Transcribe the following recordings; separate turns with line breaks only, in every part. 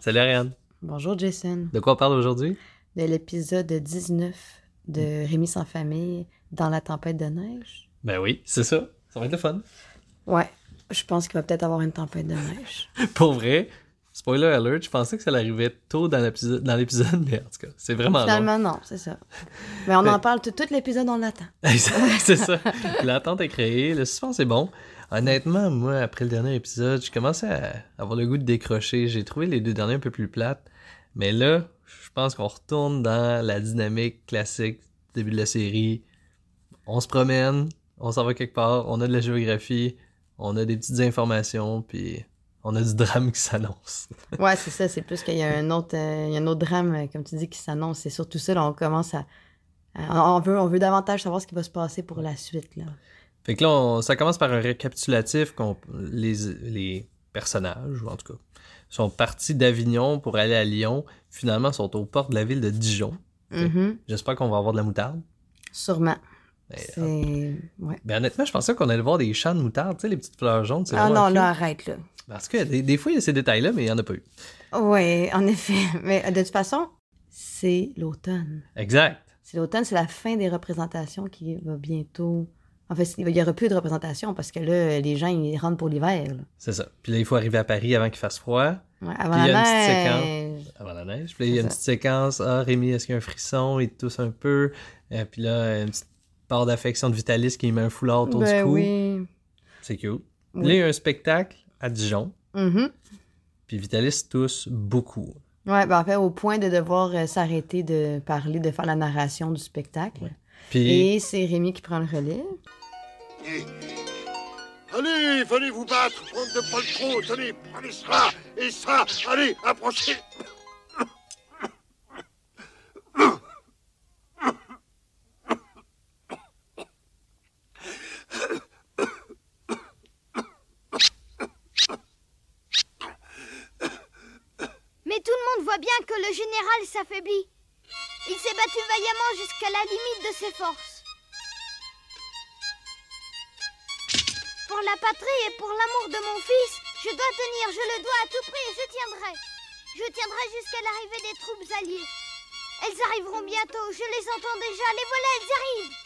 Salut Ariane.
Bonjour Jason.
De quoi on parle aujourd'hui?
De l'épisode 19 de Rémi sans famille dans la tempête de neige.
Ben oui, c'est ça. Ça va être le fun.
Ouais, je pense qu'il va peut-être avoir une tempête de neige.
Pour vrai, spoiler alert, je pensais que ça arrivait tôt dans l'épisode, dans l'épisode mais en tout cas, c'est vraiment long.
Finalement, non, c'est ça. Mais on
Mais-
en parle tout, tout l'épisode, on l'attend.
c'est ça. L'attente est créée, le suspense est bon. Honnêtement, moi, après le dernier épisode, je commençais à avoir le goût de décrocher. J'ai trouvé les deux derniers un peu plus plates. Mais là, je pense qu'on retourne dans la dynamique classique du début de la série. On se promène, on s'en va quelque part, on a de la géographie, on a des petites informations, puis on a du drame qui s'annonce.
Ouais, c'est ça, c'est plus qu'il y a un autre, euh, il y a un autre drame, euh, comme tu dis, qui s'annonce. C'est surtout ça, là, on commence à. à- on, veut, on veut davantage savoir ce qui va se passer pour la suite, là.
Fait que là, on- ça commence par un récapitulatif qu'on les, les personnages, ou en tout cas, sont partis d'Avignon pour aller à Lyon. Finalement, sont aux portes de la ville de Dijon.
Mhm,
J'espère qu'on va avoir de la moutarde.
Sûrement.
Mais,
C'est.
euh,
Ouais.
ben honnêtement, je pensais qu'on allait voir des champs de moutarde, tu sais, les petites fleurs jaunes. c'est
Ah
vraiment
non,
cute.
là, arrête, là.
Parce que des, des fois, il y a ces détails-là, mais il n'y en a pas eu.
Oui, en effet. Mais euh, de toute façon, c'est l'automne.
Exact.
C'est l'automne, c'est la fin des représentations qui va bientôt. En fait, il n'y aura plus de représentations parce que là, les gens, ils rentrent pour l'hiver. là.
C'est ça. Puis là, il faut arriver à Paris avant qu'il fasse froid,
Ouais, avant
Puis il y
la
a
neige.
avant la neige. Puis là, il y a
C'est
une
ça.
petite séquence. Ah, Rémi, est-ce qu'il y a un frisson? Il tousse un peu. Euh, puis là, une petite part d'affection de Vitalis qui met un foulard autour
Ben
du cou.
oui.
C'est cute.
Oui.
Là, il y a un spectacle à Dijon,
Mhm.
puis Vitalis tousse beaucoup.
Ouais, ben en fait, au point de devoir euh, s'arrêter de parler, de faire la narration du spectacle.
Puis,
Et c'est Rémi qui prend le relais.
Et- Allez, venez vous battre, prendre de poltron, tenez, prenez ça, et ça, allez, approchez.
Mais tout le monde voit bien que le général s'affaiblit. Il s'est battu vaillamment jusqu'à la limite de ses forces. Pour la patrie et pour l'amour de mon fils, je dois tenir, je le dois à tout prix et je tiendrai. Je tiendrai jusqu'à l'arrivée des troupes alliées. Elles arriveront bientôt, je les entends déjà, les voilà, elles arrivent.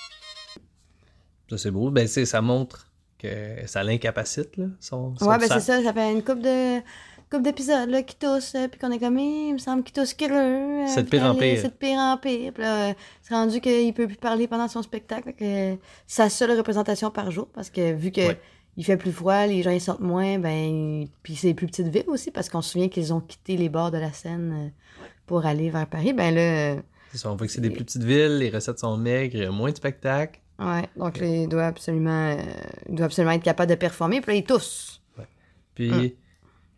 ça, c'est beau. Ben, c'est- ça montre que ça l'incapacite, là, son, son
ouais, ben
sang.
c'est ça, ça fait une coupe de. Coupe d'épisodes, là, qui tousse, euh, puis qu'on est comme, Eh, il me semble qu'il tousse que là, euh,
C'est de pire en
allez,
pire.
C'est de pire en pire. Puis là, euh, c'est rendu qu'il peut plus parler pendant son spectacle. Que euh, sa seule représentation par jour, parce que vu que
Ouais.
il fait plus froid, les gens ils sortent moins, ben, puis c'est les plus petites villes aussi, parce qu'on se souvient qu'ils ont quitté les bords de la Seine euh, pour aller vers Paris. Ben là, euh,
C'est ça, On voit que c'est des plus petites villes, les recettes sont maigres, il y a moins de spectacles.
ouais, donc là, il doit absolument, euh, il doit absolument être capable de performer. Puis là, il tousse.
Puis,
Mm.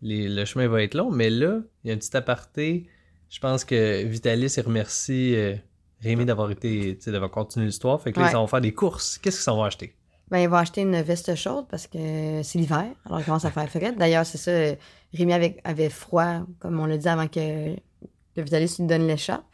les- le chemin va être long, mais là, il y a un petit aparté. Je pense que Vitalis il remercie euh, Rémi d'avoir été, tu sais, d'avoir continué l'histoire. Fait que là,
Ouais.
ils s'en vont faire des courses. Qu'est-ce qu'ils s'en vont acheter?
Ben, il va acheter une veste chaude parce que c'est l'hiver. Alors, il commence à faire frais. D'ailleurs, c'est ça. euh, Rémi avait, avait froid, comme on le dit avant que, que Vitalis lui donne l'écharpe.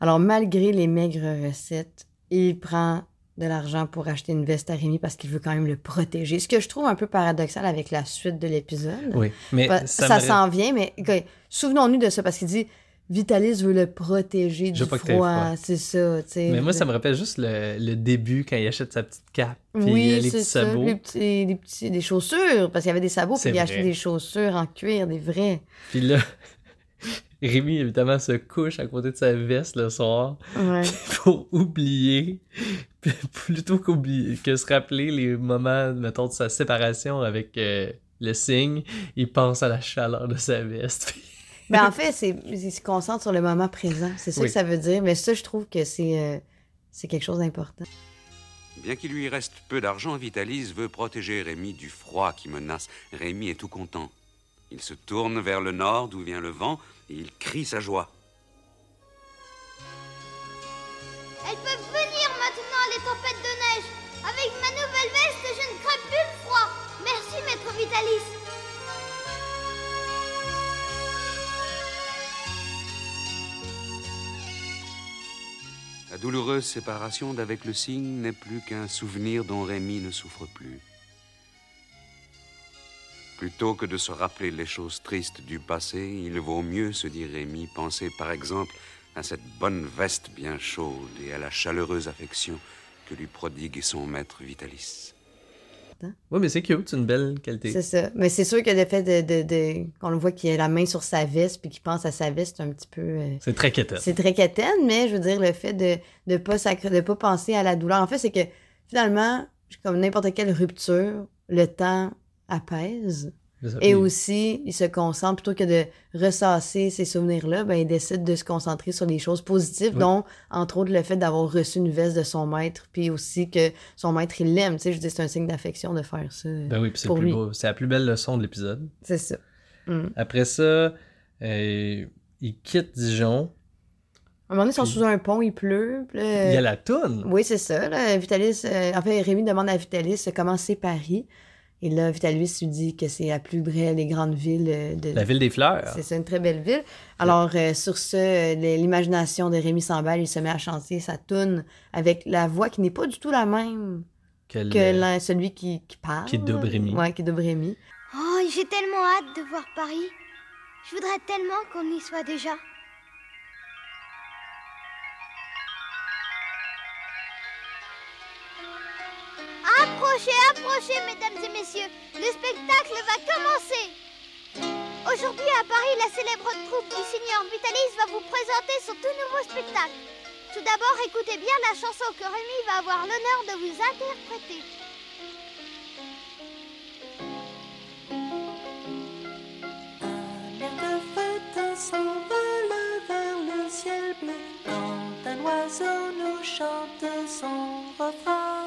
Alors, malgré les maigres recettes, il prend de l'argent pour acheter une veste à Rémi parce qu'il veut quand même le protéger. Ce que je trouve un peu paradoxal avec la suite de l'épisode.
Oui. Mais
Pas-
ça,
Bah, ça
me-
s'en vient, mais ok, souvenons-nous de ça parce qu'il dit Vitalis veut le protéger
Je
du
veux pas que
froid.
t'aies froid.
C'est ça, tu sais.
Mais moi, ça me rappelle juste le, le début quand il achète sa petite cape, puis euh, les
Oui, c'est
petits
ça.
sabots.
Les petits, les petits- des chaussures, parce qu'il y avait des sabots,
C'est
puis il a acheté
vrai.
des chaussures en cuir, des vrais.
Puis là, Rémi, évidemment, se couche à côté de sa veste le soir
Ouais.
pour oublier, puis plutôt qu'oublier, que se rappeler les moments, mettons, de sa séparation avec euh, le signe, il pense à la chaleur de sa veste.
ben, en fait, c'est, il se concentre sur le moment présent. C'est ça
Oui.
que ça veut dire. Mais ça, je trouve que c'est, euh, c'est quelque chose d'important.
Bien qu'il lui reste peu d'argent, Vitalis veut protéger Rémi du froid qui menace. Rémi est tout content. Il se tourne vers le nord d'où vient le vent et il crie sa joie.
Elles peuvent venir maintenant, les tempêtes de neige. Avec ma nouvelle veste, je ne crains plus le froid. Merci, maître Vitalis.
La douloureuse séparation d'avec le cygne n'est plus qu'un souvenir dont Rémi ne souffre plus. Plutôt que de se rappeler les choses tristes du passé, il vaut mieux, se dit Rémi, penser par exemple à cette bonne veste bien chaude et à la chaleureuse affection que lui prodigue son maître Vitalis.
Oui, mais c'est cute, c'est une belle
C'est
qualité.
ça. Mais c'est sûr que le fait de, de, de- qu'on le voit qu'il a la main sur sa veste puis qu'il pense à sa veste, c'est un petit peu. euh,
C'est très quétaine.
C'est très quétaine, mais je veux dire, le fait de ne pas, sacr- de pas penser à la douleur. En fait, c'est que finalement, comme n'importe quelle rupture, le temps apaise. Et aussi, il se concentre, plutôt que de ressasser ces souvenirs-là, ben, il décide de se concentrer sur les choses positives,
Oui.
dont, entre autres, le fait d'avoir reçu une veste de son maître, puis aussi que son maître, il l'aime. Tu sais, je dis, c'est un signe d'affection de faire ça.
Ben oui, puis c'est le
pour
plus
lui.
beau- c'est la plus belle leçon de l'épisode.
C'est ça. Mm.
Après ça, euh, il quitte Dijon.
À un moment donné, ils sont
Puis-
sous un pont, il pleut. puis là,
Il y a la toune.
Euh, Oui, c'est ça. là. Vitalis, euh, en fait, Rémi demande à Vitalis comment c'est Paris. Et là, Vitalis lui dit que c'est la plus belle des grandes villes euh, de.
La ville des fleurs.
C'est ça, une très belle ville. Alors, euh, sur ce, euh, le- l'imagination de Rémi s'emballe, il se met à chanter sa toune avec la voix qui n'est pas du tout la même
Que le-
que la- celui qui, qui parle.
Qui double Rémi.
Ouais, qui double Rémi.
Oh, j'ai tellement hâte de voir Paris. Je voudrais tellement qu'on y soit déjà. Approchez, approchez, mesdames et messieurs. Le spectacle va commencer. Aujourd'hui à Paris, la célèbre troupe du Seigneur Vitalis va vous présenter son tout nouveau spectacle. Tout d'abord, écoutez bien la chanson que Rémi va avoir l'honneur de vous interpréter.
Un air de fête s'envole vers le ciel bleu quand un oiseau nous chante son refrain.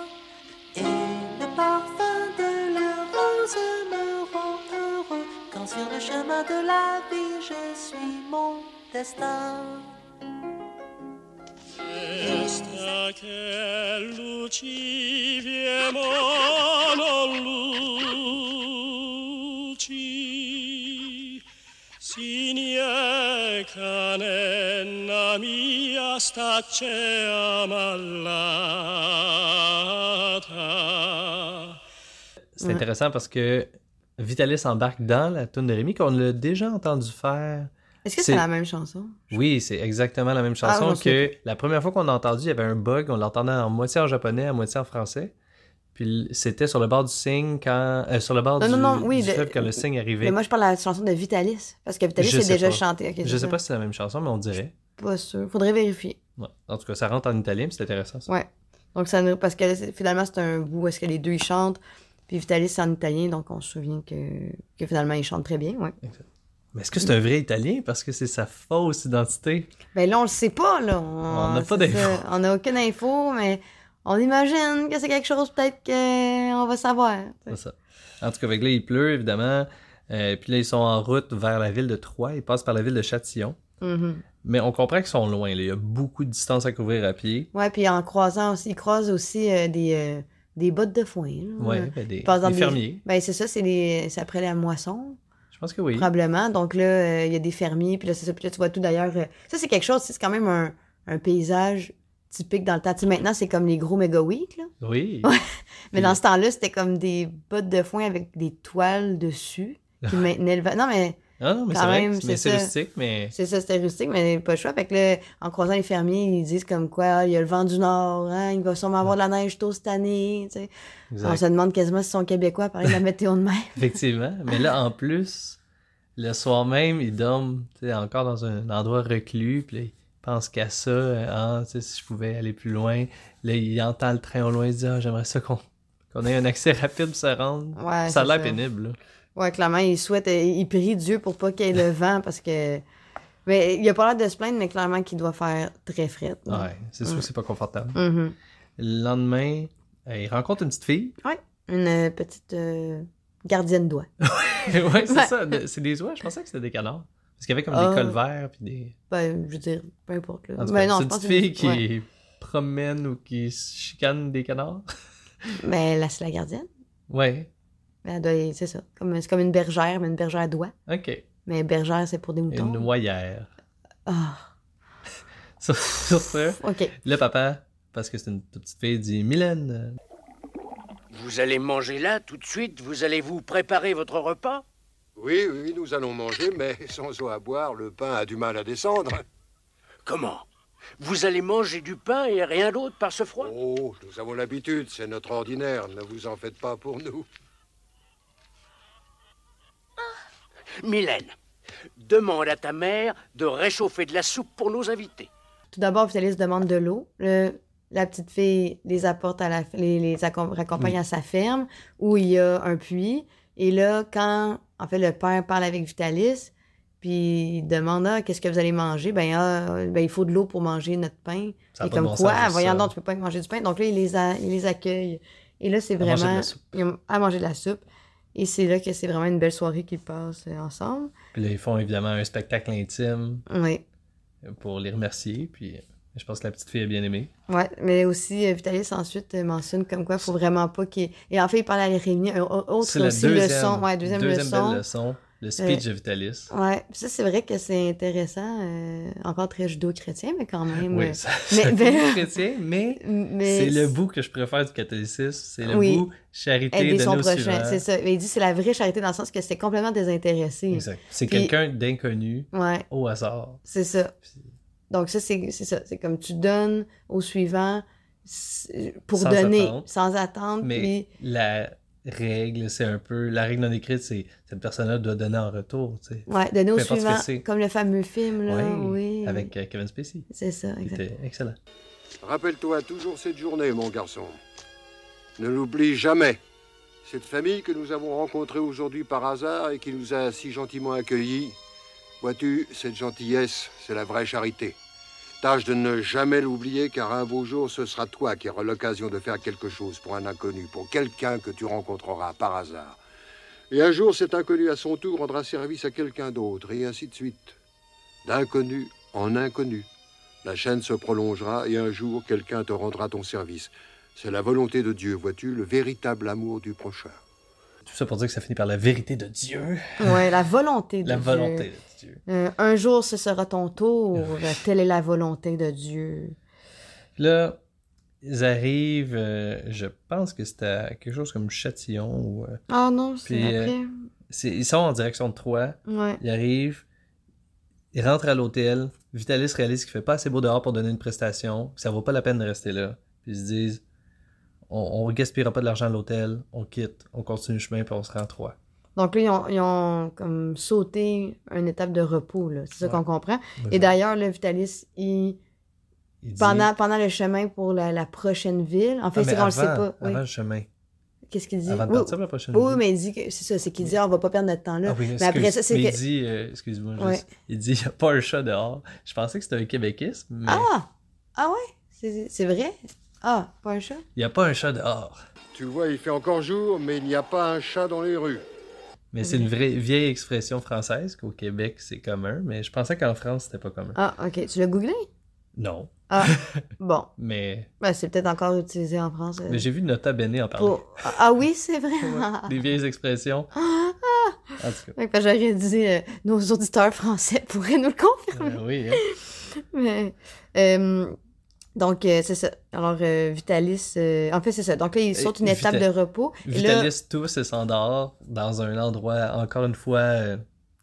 Et le parfum de la rose me rend heureux quand sur le chemin de la vie je suis mon destin.
Esta che luci viemono luci, sinie canenna mia stace ammalata.
C'est
Ouais.
intéressant parce que Vitalis embarque dans la toune de Rémi qu'on l'a déjà entendu faire.
Est-ce que
C'est-
c'est la même chanson?
Oui, c'est exactement la même chanson
Ah, non, c'est-
que la première fois qu'on a entendu, il y avait un bug, on l'entendait en moitié en japonais, en moitié en français. Puis c'était sur le bord du signe quand euh, sur le bord
Non,
du,
non, non, oui,
du
le-
fleuve quand le signe arrivait.
Mais moi, je parle de la chanson de Vitalis. Parce que Vitalis
Je
est
sais
déjà
pas.
chanté. Ok,
Je
c'est
sais
ça.
pas si c'est la même chanson, mais on dirait.
Pas sûr. Faudrait vérifier.
Ouais. En tout cas, ça rentre en italien, puis c'est intéressant. ça.
Ouais. Donc, ça nous- parce que là, c'est- finalement, c'est un bout où est-ce que les deux ils chantent. Puis Vitalis, c'est en italien, donc on se souvient que, que finalement, ils chantent très bien. Ouais.
Mais est-ce que c'est un vrai italien parce que c'est sa fausse identité
Ben là, on le sait pas, là.
n'a pas
c'est
d'infos.
ça. On n'a aucune info, mais on imagine que c'est quelque chose peut-être qu'on va savoir.
C'est ça. En tout cas, avec là, il pleut, évidemment. Euh, puis là, ils sont en route vers la ville de Troyes. Ils passent par la ville de Châtillon.
Mhm.
Mais on comprend qu'ils sont loin. là. Il y a beaucoup de distance à couvrir à pied.
Ouais, puis en croisant aussi, ils croisent aussi euh, des, euh, des bottes de foin. là.
Ouais, ben, des,
Ils passent dans
des
des-
fermiers.
Ben c'est ça, c'est les- c'est après la moisson.
Je pense que oui.
Probablement. Donc là, euh, il y a des fermiers, puis là, c'est ça. Puis là, tu vois tout d'ailleurs. euh, ça, c'est quelque chose, c'est quand même un, un paysage typique dans le temps. Tu sais, maintenant, c'est comme les gros méga week, là.
Oui.
Mais dans ce temps-là, c'était comme des bottes de foin avec des toiles dessus qui maintenaient le vent. Non, mais
Ah non, mais
Quand
c'est vrai.
même,
Mais
c'est
c'est
ça.
rustique, mais.
c'est ça, c'était rustique, mais pas le choix. Fait que là, en croisant les fermiers, ils disent comme quoi, Ah, il y a le vent du nord, hein, il va sûrement avoir de la neige tôt cette année, tu sais.
Exact.
On se demande quasiment si sont québécois, pareil, la météo de mer.
Effectivement. Mais là, en plus, le soir même, ils dorment tu sais, encore dans un endroit reclus. Puis là, ils pensent qu'à ça. euh, Ah, tu sais, si je pouvais aller plus loin. Là, ils entendent le train au loin. Ils disent Ah, j'aimerais ça qu'on qu'on ait un accès rapide pour se rendre.
Ouais,
ça a
c'est
l'air pénible. là.
Ouais, clairement, il souhaite, euh, il prie Dieu pour pas qu'il y ait le vent parce que. Mais il a pas l'air de se plaindre, mais clairement qu'il doit faire très frais.
Ouais, c'est sûr que c'est pas confortable.
Mhm.
Le lendemain, euh, il rencontre une petite fille.
Une euh, petite euh, gardienne d'oie.
ouais, c'est
Ouais.
ça. de- C'est des oies. Je pensais que c'était des canards. Parce qu'il y avait comme
Ah.
des cols verts. Puis des...
Ben, je veux dire, peu importe. Là.
En tout
Ben
cas,
non,
c'est
je
une
pense
petite
que-
fille qui
ouais.
promène ou qui se chicane des canards.
Ben, là, c'est la gardienne.
ouais,
Ben, elle doit- c'est ça. Comme, c'est comme une bergère, mais une bergère d'oie.
ok.
Mais bergère, c'est pour des moutons.
Une noyère.
Ah,
Sur, sur ce,
OK.
le papa, parce que c'est une toute petite fille, dit Mylène,
Vous allez manger là tout de suite Vous allez vous préparer votre repas
Oui, oui, nous allons manger, mais sans eau à boire, le pain a du mal à descendre.
Comment Vous allez manger du pain et rien d'autre par ce froid
Oh, nous avons l'habitude, c'est notre ordinaire. Ne vous en faites pas pour nous.
Mylène, demande à ta mère de réchauffer de la soupe pour nos invités.
Tout d'abord, Vitalis demande de l'eau. Le- la petite fille les apporte à la, les, les accom- raccompagne à sa ferme où il y a un puits. Et là, quand en fait le père parle avec Vitalis, puis il demande ah, qu'est-ce que vous allez manger, ben, ah, ben, il faut de l'eau pour manger notre pain.
Ça a
et
pas de
comme
bon sens,
quoi,
juste
voyons
ça.
donc, tu peux pas manger du pain. Donc là, il les, a- il les accueille. Et là, c'est
À manger de la
vraiment
soupe.
ils ont- à manger de la soupe. Et c'est là que c'est vraiment une belle soirée qu'ils passent euh, ensemble.
Puis là, ils font évidemment un spectacle intime
Oui.
pour les remercier. Puis je pense que la petite fille a bien aimé.
Ouais, mais aussi euh, Vitalis ensuite euh, mentionne comme quoi il faut vraiment pas qu'il et en fait il parle à Rémi un au- autre
C'est la
aussi
deuxième,
leçon, ouais, deuxième, leçon. Euh,
belle leçon, le speech de Vitalis.
Ouais, puis ça c'est vrai que c'est intéressant euh, encore très judo-chrétien mais quand même. euh,
Oui, ça,
mais-
ça
mais-
fait chrétien, mais
mais
c'est le bout que je préfère du catholicisme. C'est le
Oui.
bout charité
aider
de
son
nos
prochain,
suivants.
c'est ça. Mais il dit c'est la vraie charité dans le sens que c'est complètement désintéressé.
Exact. C'est
Puis-
quelqu'un d'inconnu
Ouais,
au hasard.
c'est ça.
Puis-
Donc ça c'est c'est ça, c'est comme tu donnes au suivant c'est- pour
Sans
donner
attendre.
sans attendre
Mais
puis
la règle, c'est un peu. La règle non écrite, c'est cette personne-là doit donner en retour, tu sais.
ouais, donner au
peu importe ce que
suivant
c'est.
comme le fameux film là,
Oui,
Mm, oui.
Avec euh, Kevin Spacey.
C'est ça, exactement.
C'était excellent.
Rappelle-toi toujours cette journée, mon garçon. Ne l'oublie jamais. Cette famille que nous avons rencontrée aujourd'hui par hasard et qui nous a si gentiment accueillis, vois-tu, cette gentillesse, c'est la vraie charité. Tâche de ne jamais l'oublier car un beau jour, ce sera toi qui auras l'occasion de faire quelque chose pour un inconnu, pour quelqu'un que tu rencontreras par hasard. Et un jour, cet inconnu à son tour rendra service à quelqu'un d'autre, et ainsi de suite. D'inconnu en inconnu. La chaîne se prolongera et un jour quelqu'un te rendra ton service. C'est la volonté de Dieu, vois-tu, le véritable amour du prochain.
Tout ça pour dire que ça finit par la vérité de Dieu.
Ouais, la volonté de
La
Dieu.
volonté de Dieu.
Euh, un jour, ce sera ton tour. Telle est la volonté de Dieu.
Là, ils arrivent, euh, je pense que c'était à quelque chose comme Châtillon. Ou, euh,
Ah non, c'est
Puis, euh,
après.
c'est- ils sont en direction de Troyes.
Ouais.
Ils arrivent, ils rentrent à l'hôtel. Vitalis réalise qu'il fait pas assez beau dehors pour donner une prestation, que ça vaut pas la peine de rester là. Puis ils se disent on, on gaspillera pas de l'argent à l'hôtel, on quitte, on continue le chemin, puis on se rend à Troyes.
Donc là, ils ont, ils ont comme sauté une étape de repos. là. C'est ça
Ouais.
qu'on comprend. Et d'ailleurs, le Vitalis, il...
Il dit-
pendant, pendant le chemin pour la, la prochaine ville, en fait,
Ah, mais
c'est qu'on le sait
avant-
pas. oui.
Avant le chemin.
Qu'est-ce qu'il dit?
Avant de
Oui,
partir pour la prochaine
oui,
ville.
mais il dit que c'est ça, c'est qu'il dit Ah, on va pas perdre notre temps là.
Ah oui,
mais après
excuse-
ça, c'est
mais
que.
il dit, euh, excuse-moi,
Ouais.
juste, il dit, il n'y a pas un chat dehors. Je pensais que c'était un Québécoiste, mais
Ah! Ah ouais? C'est c'est vrai? Ah, pas un chat?
il n'y a pas un chat dehors.
Tu vois, il fait encore jour, mais il n'y a pas un chat dans les rues.
Mais c'est une vraie vieille expression française qu'au Québec c'est commun, mais je pensais qu'en France c'était pas commun.
Ah, ok. Tu l'as googlé?
Non,
Ah, bon.
mais,
Ben, c'est peut-être encore utilisé en France. euh,
mais j'ai vu Nota Bene en parler.
pour- Ah ah oui, c'est vrai.
Des vieilles expressions. En tout
Ouais, parce que J'aurais dit, euh, nos auditeurs français pourraient nous le
cas,
confirmer.
euh, oui. hein.
Mais, euh, donc, euh, c'est ça. Alors, euh, Vitalis, euh, en fait, c'est ça. Donc là, il saute une
Et
étape
Vita-
de repos. Et là,
Vitalis tous et s'endort dans un endroit, encore une fois, euh,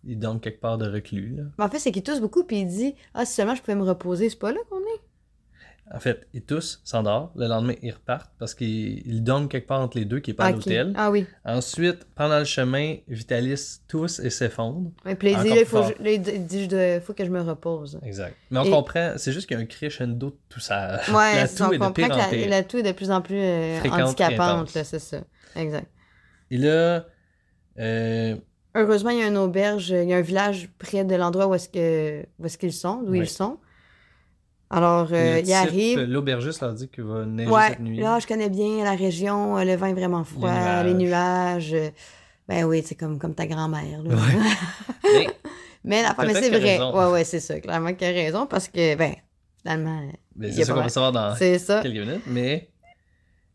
il dorment quelque part de reclus. là.
en fait, c'est qu'il tousse beaucoup, puis il dit, ah, si seulement je pouvais me reposer, c'est pas là qu'on est.
En fait, ils tous s'endorment. Le lendemain, ils repartent parce qu'ils ils dorment quelque part entre les deux qui est pas à
ok.
l'hôtel.
Ah oui.
Ensuite, pendant le chemin, Vitalis tousse et s'effondre.
Et puis là,
Encore
il dit, là, il
plus
faut,
fort.
là, il dit, je dois- faut que je me repose.
Exact. Mais on
Et-
comprend, c'est juste qu'il y a un crescendo de tout ça.
Ouais,
la
c'est- on
toux est de
comprend que
pire en
la,
pire.
la toux est de plus en plus euh,
Fréquente et
handicapante,
intense.
là, c'est ça. Exact.
Et là, euh,
Heureusement, il y a une auberge, il y a un village près de l'endroit où est-ce que où est-ce qu'ils sont, d'où
Oui.
ils sont. Alors, euh,
le
ils
type,
arrivent.
l'aubergiste leur dit qu'il va neiger
Ouais,
cette nuit.
là, je connais bien la région, euh, le vent est vraiment froid, les nuages. euh, Ben oui, c'est comme, comme ta grand-mère. là.
Ouais. Mais
mais la- mais
Peut-être
c'est
qu'il a
vrai.
raison.
Ouais, ouais, c'est ça. Clairement qu'il a raison parce que, ben, finalement,
mais
Il y
c'est
a
ça
pas
qu'on va
mal.
savoir dans
c'est ça.
quelques minutes. Mais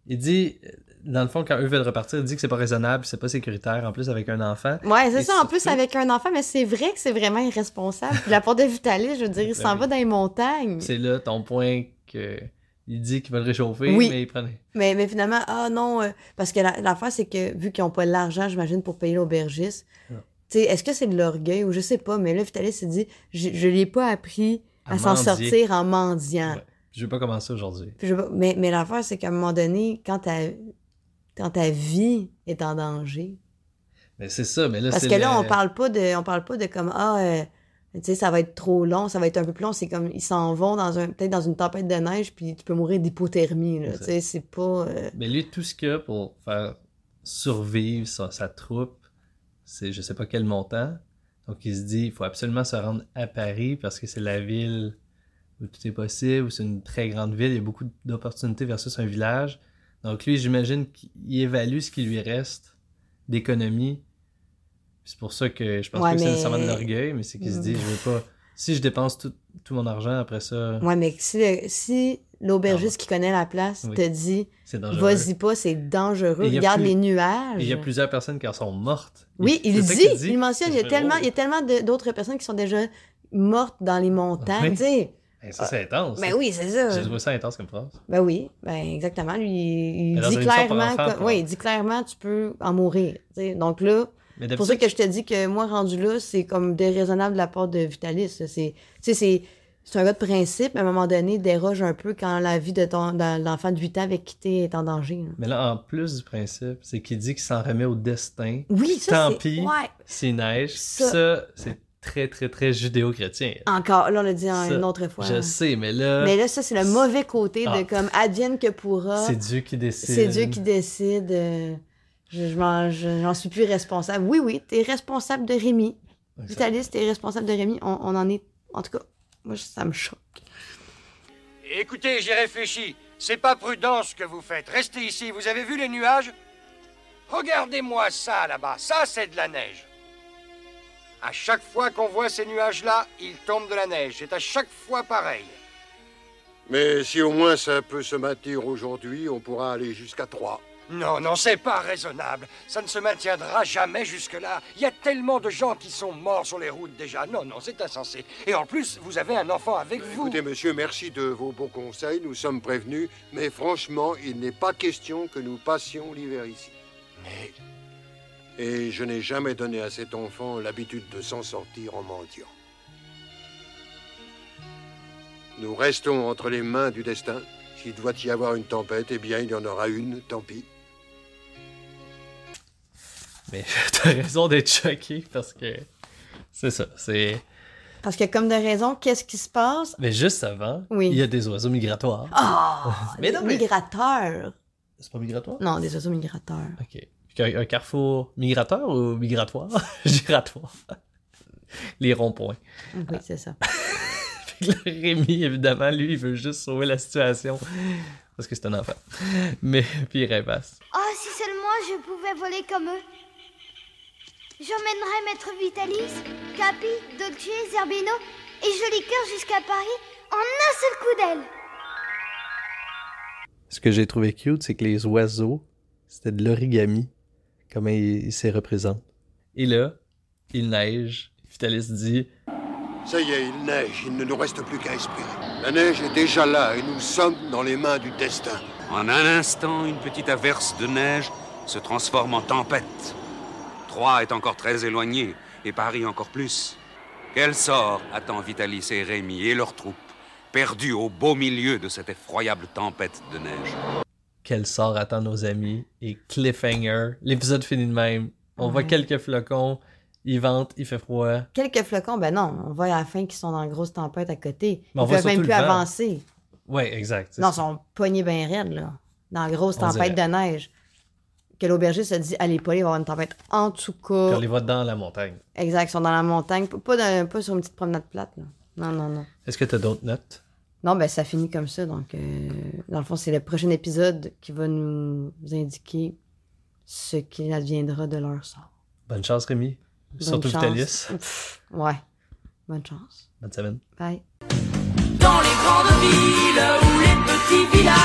il dit, euh, dans le fond, quand eux veulent repartir, il dit que c'est pas raisonnable, c'est pas sécuritaire, en plus avec un enfant.
Ouais,
Et
c'est ça. En plus,
surtout-
avec un enfant, mais c'est vrai que c'est vraiment irresponsable. Puis la porte de Vitalis, je veux dire, il
Ben
s'en
oui.
va dans les montagnes.
C'est là ton point que il dit qu'il va le réchauffer,
Oui.
mais il prenait.
Mais, mais finalement, ah non, euh, parce que la- l'affaire, c'est que vu qu'ils n'ont pas l'argent, j'imagine, pour payer l'aubergiste,
Ouais.
tu Tu sais, Est-ce que c'est de l'orgueil ou je sais pas, mais là, Vitalis s'est dit, je ne l'ai pas appris
À
à, s'en
mendier.
sortir en mendiant.
Ouais. Je vais pas commencer aujourd'hui.
Puis je- mais mais l'affaire, c'est qu'à un moment donné, quand ta, quand ta vie est en danger,
Mais c'est ça, mais là,
parce
c'est
que là,
le-
on parle pas de, on parle pas de comme ah, euh, tu sais, ça va être trop long, ça va être un peu plus long. C'est comme ils s'en vont dans un, peut-être dans une tempête de neige, puis tu peux mourir d'hypothermie. là.
C'est ça.
Tu sais, c'est pas. euh,
Mais lui, tout ce qu'il a pour faire survivre sa, sa troupe, c'est je sais pas quel montant. Donc il se dit, il faut absolument se rendre à Paris parce que c'est la ville où tout est possible, où c'est une très grande ville, il y a beaucoup d'opportunités versus un village. Donc lui, j'imagine qu'il évalue ce qui lui reste d'économie. Puis C'est pour ça que je pense
Ouais,
pas que c'est
mais- Mm.
nécessairement de l'orgueil, mais c'est qu'il se dit, je veux pas... Si je dépense tout, tout mon argent après ça,
Ouais, mais si, le- si l'aubergiste qui connaît la place
Oui.
te dit,
c'est dangereux.
vas-y pas, c'est dangereux,
Et il y a
regarde
plus-
les
Et
nuages.
il y a plusieurs personnes qui en sont mortes.
Oui,
Et
il
c'est ça
dit,
qu'il
il mentionne, il y a
Je-
tellement,
oh.
il y a tellement de- d'autres personnes qui sont déjà mortes dans les montagnes,
Oui.
tu sais.
Eh, ça, c'est intense.
Ben oui, c'est ça.
J'ai trouvé ça intense comme phrase.
Ben oui, ben exactement. Lui, il- il
Mais dans
dit
une histoire pour
clairement,
enfants,
que-
pour-
ouais, il dit clairement, tu peux en mourir. tu sais. Donc là,
Mais
c'est pour ça que je te dis que moi, rendu là, c'est comme déraisonnable de la part de Vitalis. là. C'est, tu sais, c'est, c'est un gars de principe, mais à un moment donné, il déroge un peu quand la vie de ton, de l'enfant de 8 ans avec qui t'es est en danger. hein. là.
Mais là, en plus du principe, c'est qu'il dit qu'il s'en remet au destin.
Oui, ça,
Tant
c'est...
pis.
Ouais.
C'est neige. Puis
Ça-
Ça, c'est très, très, très judéo-chrétien.
Encore, là, on l'a dit en-
Ça,
une autre fois.
Je
là.
sais, mais là,
Mais là, ça, c'est le mauvais côté
Ah.
de comme advienne que pourra.
c'est Dieu qui décide.
C'est Dieu qui décide. euh, Je, je m'en- je- j'en suis plus responsable. Oui, oui, t'es responsable de
Donc,
Rémi.
ça-
Vitalis, t'es responsable de Rémi. On, on en est. En tout cas, moi, ça me choque.
Écoutez, j'y réfléchis. C'est pas prudent ce que vous faites. Restez ici. Vous avez vu les nuages Regardez-moi ça là-bas. Ça, c'est de la neige. À chaque fois qu'on voit ces nuages-là, il tombe de la neige. C'est à chaque fois pareil.
Mais si au moins ça peut se maintenir aujourd'hui, on pourra aller jusqu'à 3.
Non, non, c'est pas raisonnable. Ça ne se maintiendra jamais jusque-là. Il y a tellement de gens qui sont morts sur les routes déjà. Non, non, c'est insensé. Et en plus, vous avez un enfant avec vous.
Écoutez, monsieur, merci de vos bons conseils. Nous sommes prévenus. Mais franchement, il n'est pas question que nous passions l'hiver ici.
Mais
Et je n'ai jamais donné à cet enfant l'habitude de s'en sortir en mendiant. Nous restons entre les mains du destin. S'il doit y avoir une tempête, eh bien, il y en aura une, tant pis.
Mais t'as raison d'être choqué parce que c'est ça. C'est.
Parce que, comme de raison, qu'est-ce qui se passe?
Mais juste avant,
Oui.
il y a des oiseaux migratoires.
Ah!
Mais
des
non, mais-
Migrateurs!
C'est pas migratoire?
Non, des oiseaux migrateurs.
Ok. Un, un carrefour migrateur ou migratoire? Giratoire. Les ronds-points. Ah.
Oui, c'est ça.
Fait que là, Rémi, évidemment, lui, il veut juste sauver la situation. Parce que c'est un enfant. Mais puis il rêvasse.
Oh, si seulement je pouvais voler comme eux. J'emmènerais Maître Vitalis, Capi, Dolce, Zerbino et Joli Cœur jusqu'à Paris en un seul coup d'aile.
Ce que j'ai trouvé cute, c'est que les oiseaux, c'était de l'origami. Comment ils se représentent. Et là, il neige. Vitalis dit
Ça y est, il neige. Il ne nous reste plus qu'à espérer. La neige est déjà là et nous sommes dans les mains du destin.
En un instant, une petite averse de neige se transforme en tempête. Troyes est encore très éloigné, et Paris encore plus. Quel sort attend Vitalis et Rémi et leurs troupes, perdus au beau milieu de cette effroyable tempête de neige
Quel sort attend nos amis Et cliffhanger. L'épisode finit de même. On voit quelques flocons. Il vente, il fait froid.
Quelques flocons, ben non, on voit à la fin qu'ils sont dans une grosse tempête à côté.
Mais on
Ils
voit
peuvent même
surtout
plus
le vent.
avancer.
Ouais, exact. c'est
Non, ils
ça.
sont pognés bien raides, là. Dans la grosse
On
tempête de neige. Que l'aubergiste se dit, allez, pas, il va y avoir une tempête. En tout
Puis
cas.
on les voit dans la montagne.
Exact, ils sont dans la montagne. P- Pas, dans- pas sur une petite promenade plate, là. Non, non, non.
Est-ce que t'as d'autres notes
Non, ben ça finit comme ça. Donc, euh, dans le fond, c'est le prochain épisode qui va nous indiquer ce qu'il adviendra de leur sort.
Bonne chance, Rémi.
Bonne
Surtout
chance.
Vitalis.
Pff, ouais. Bonne chance.
Bonne semaine.
Bye.
Dans les grandes villes ou les petits villages,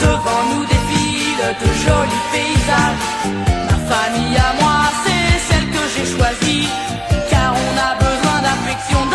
devant nous défilent de jolis paysages. Ma famille à moi, c'est celle que j'ai choisie, car on a besoin d'affection,